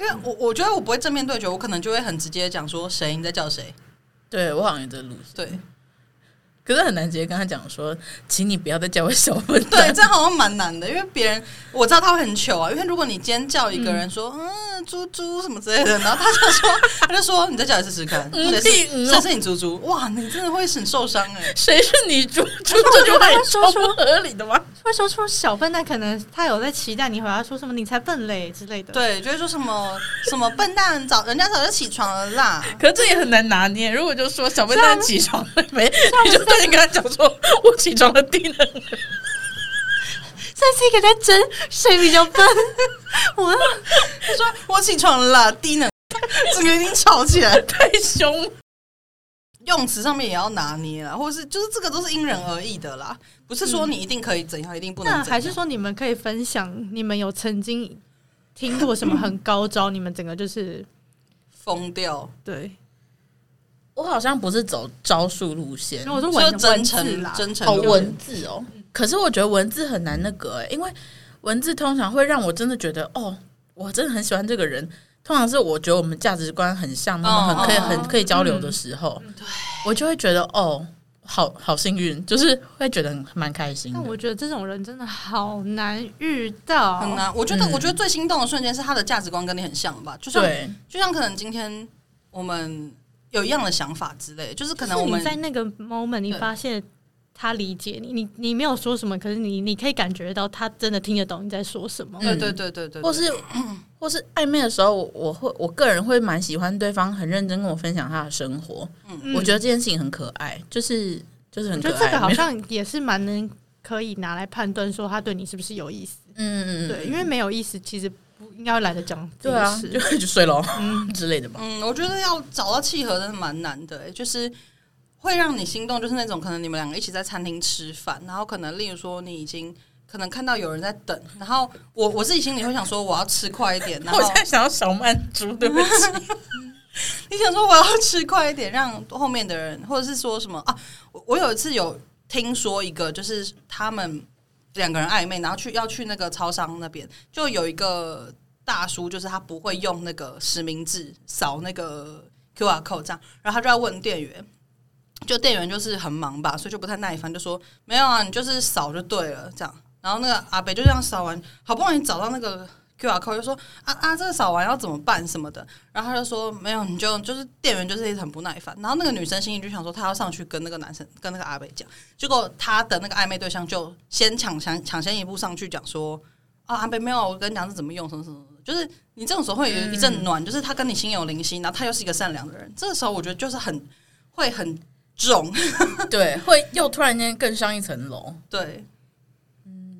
S1: 因为我我觉得我不会正面对决，我可能就会很直接讲说谁你在叫谁，
S2: 对我好像也在路上，
S1: 对
S2: 可是很难直接跟他讲说，请你不要再叫我小笨
S1: 对，
S2: 蛋。
S1: 这好像蛮难的，因为别人我知道他会很糗啊，因为如果你尖叫一个人说嗯猪猪什么之类的，然后他就说他就说你再叫一次试试看，
S2: 嗯
S1: 谁
S2: 屁嗯
S1: 是
S2: 哦
S1: 谁是你猪猪，哇，你真的会很受伤哎、
S2: 谁是你猪猪？这句话也超不合理的吗？
S3: 会说出小笨蛋，可能他有在期待你回答说什么“你才笨嘞”之类的。
S1: 对，就会说什么什么笨蛋早人家早就起床了啦，
S2: 可是这也很难拿捏。如果就说小笨蛋起床了没，你就赶紧跟他讲说，我起床了，低能儿。
S3: 这是一个在争谁比较笨。我
S1: 他说我起床了啦，低能， 整个已经吵起来了。
S2: 太凶了。
S1: 用词上面也要拿捏啦，或者是就是这个都是因人而异的啦，不是
S2: 嗯
S1: 说你一定可以怎样，一定不能怎
S3: 那
S1: 样。
S3: 还是说你们可以分享，你们有曾经听过什么很高招？你们整个就是
S1: 疯掉，
S3: 对，
S2: 我好像不是走招数路线
S3: 因为，我说
S1: 就
S3: 文
S1: 真
S3: 文字啦
S1: 诚，真诚
S2: 哦，
S1: 的
S2: 文字哦。可是我觉得文字很难那个、欸，因为文字通常会让我真的觉得，哦，我真的很喜欢这个人。通常是我觉得我们价值观很像，然后很可以、
S1: 哦
S2: 很可以交流
S3: 嗯
S2: 的时候，我就会觉得，哦，好好幸运，就是会觉得很蛮开心的
S3: 但。我觉得这种人真的好难遇到，
S1: 很难。啊我觉得，
S2: 嗯
S1: 我觉得最心动的瞬间是他的价值观跟你很像吧，就像
S2: 对，
S1: 就像可能今天我们有一样的想法之类，就是可能我
S3: 就是
S1: 们
S3: 你在那个 moment 你
S1: 对
S3: 发现他理解你，你你没有说什么，可是你你可以感觉到他真的听得懂你在说什么。
S2: 嗯
S1: 对对对对对，
S2: 或是
S3: 嗯
S2: 或是暧昧的时候，我我会我个人会蛮喜欢对方很认真跟我分享他的生活，
S3: 嗯
S2: 我觉得这件事情很可爱，就是就是
S3: 我
S2: 很
S3: 觉
S2: 可
S3: 得
S2: 爱。
S3: 这个好
S2: 没有
S3: 像也是蛮能可以拿来判断说他对你是不是有意思。
S2: 嗯嗯嗯
S3: 对，因为没有意思，其实不应该懒得讲这
S2: 对
S3: 个
S2: 啊，
S3: 事。
S2: 就 就睡咯之类的吧。
S1: 嗯，我觉得要找到契合真的蛮难的、欸就是会让你心动，就是那种可能你们两个一起在餐厅吃饭，然后可能例如说你已经可能看到有人在等，然后我我自己心里会想说我要吃快一点，然后
S2: 我现在想要小曼珠，对不起，
S1: 你想说我要吃快一点，让后面的人，或者是说什么啊？我我有一次有听说一个，就是他们两个人暧昧，然后去要去那个超商那边，就有一个大叔，就是他不会用那个实名制扫那个 Q R code 这样，然后他就要问店员。就店员就是很忙吧，所以就不太耐烦，就说没有啊，你就是扫就对了这样。然后那个阿北就这样扫完，好不容易找到那个 Q R code，就说啊啊，这个扫完要怎么办什么的。然后他就说没有，你就就是店员就是一直很不耐烦。然后那个女生心里就想说，她要上去跟那个男生跟那个阿北讲。结果她的那个暧昧对象就先抢先抢先一步上去讲说，啊，阿北没有，我跟你讲是怎么用，什么什么，什么，就是你这种时候会有一阵暖，就是他跟你心有灵犀，然后他又是一个善良的人，这个时候我觉得就是很会很重，
S2: 对，会又突然间更上一层楼。
S1: 对，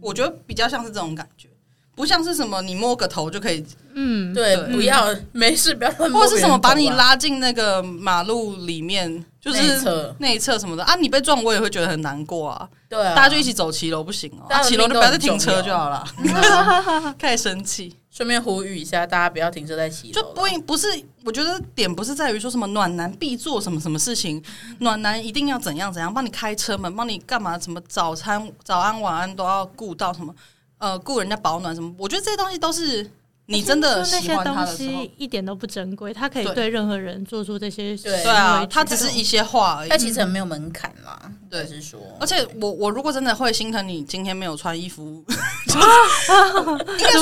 S1: 我觉得比较像是这种感觉，不像是什么你摸个头就可以，
S3: 嗯，
S2: 对，
S1: 对
S2: 不要没事，不要乱摸
S1: 或者是什么把你
S2: 别人头啊
S1: 拉进那个马路里面，就是
S2: 内侧
S1: 内侧什么的啊，你被撞我也会觉得很难过啊，
S2: 对啊，
S1: 大家就一起走骑楼不行哦，
S2: 大
S1: 啊
S2: 家的
S1: 骑楼
S2: 命
S1: 就
S2: 都
S1: 不要再
S2: 很
S1: 停
S2: 重
S1: 车
S2: 要
S1: 就好 了，啊 太生气。
S2: 顺便呼吁一下，大家不要停车在骑楼
S1: 就
S2: 了，
S1: 不应不是，我觉得点不是在于说什么暖男必做什么什么事情，暖男一定要怎样怎样，帮你开车门，帮你干嘛，什么早餐、早安、晚安都要顾到什么，呃，顾人家保暖什么。我觉得这些东西都是你真的
S3: 而且
S1: 喜
S3: 说
S1: 欢
S3: 那
S1: 他
S3: 些东
S1: 的时候
S3: 西，一点都不珍贵，他可以
S1: 对
S3: 对任何人做出这些行
S2: 对
S3: 为举
S1: 对
S3: 动。
S1: 啊，他只是一些话而已
S2: 它。其实很没有门槛啦。
S1: 对
S2: 就是说，
S1: 而且我我如果真的会心疼你今天没有穿衣 服，就是应该说
S3: 怎么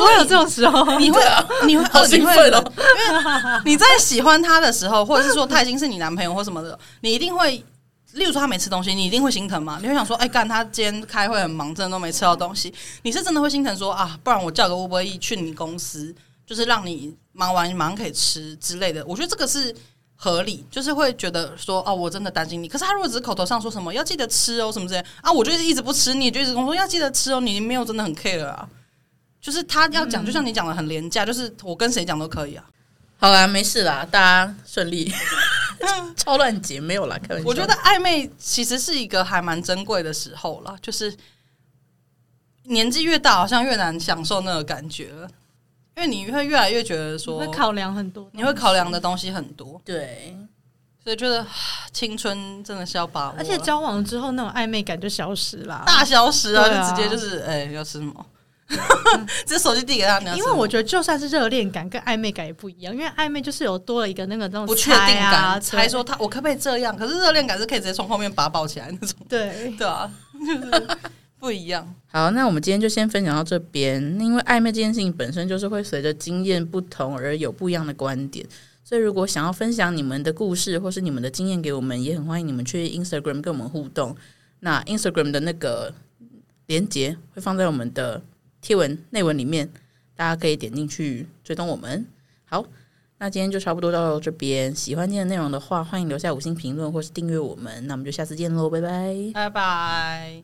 S3: 会有
S1: 你
S3: 这种时候？
S1: 你会你会
S2: 啊好兴奋哦！
S1: 因为 你在喜欢他的时候，或者是说他已经是你男朋友或什么的，你一定会，例如说他没吃东西，你一定会心疼嘛？你会想说，哎、干他今天开会很忙，真的都没吃到东西， 你是真的会心疼说啊，不然我叫个 Uber E 去你公司，就是让你忙完马上可以吃之类的。我觉得这个是。合理就是会觉得说哦，我真的担心你。可是他如果只是口头上说什么要记得吃哦什么之类的啊，我就是一直不吃，你也就一直跟我说要记得吃哦，你没有真的很 care 啊。就是他要讲，就像你讲的很廉价，就是我跟谁讲都可以啊。
S2: 好啦，没事啦，大家顺 利。超乱结没有啦，开玩笑。
S1: 我觉得暧昧其实是一个还蛮珍贵的时候啦，就是年纪越大，好像越难享受那个感觉了，因为你会越来越觉得
S3: 你
S1: 说
S3: 会，考量很多，
S1: 你会考量的东西很多，
S2: 对，
S1: 所以觉得啊青春真的是要把握啊，
S3: 而且交往之后那种暧昧感就消失啦。
S1: 大消失啊，
S3: 对啊嗯
S1: 就直接就是哎、要吃什 么，直接手机递给他，你要吃
S3: 因
S1: 什
S3: 为
S1: 么
S3: 我觉得，就算是热恋感跟暧昧感也不一样，因为暧昧就是有多了一个那个那种
S1: 不确定
S3: 猜啊
S1: 感，才说他我可不可以这样，可是热恋感是可以直接从后面把他抱起来那种。
S3: 对，
S1: 对啊， 就是不一样。
S2: 好，那我们今天就先分享到这边。那因为暧昧这件事情本身就是会随着经验不同而有不一样的观点，所以如果想要分享你们的故事或是你们的经验给我们，也很欢迎你们去 Instagram 跟我们互动。那 Instagram 的那个连接会放在我们的贴文内文里面，大家可以点进去追踪我们。好，那今天就差不多到这边。喜欢今天的内容的话，欢迎留下五星评论或是订阅我们。那我们就下次见喽，拜拜。
S1: 拜拜。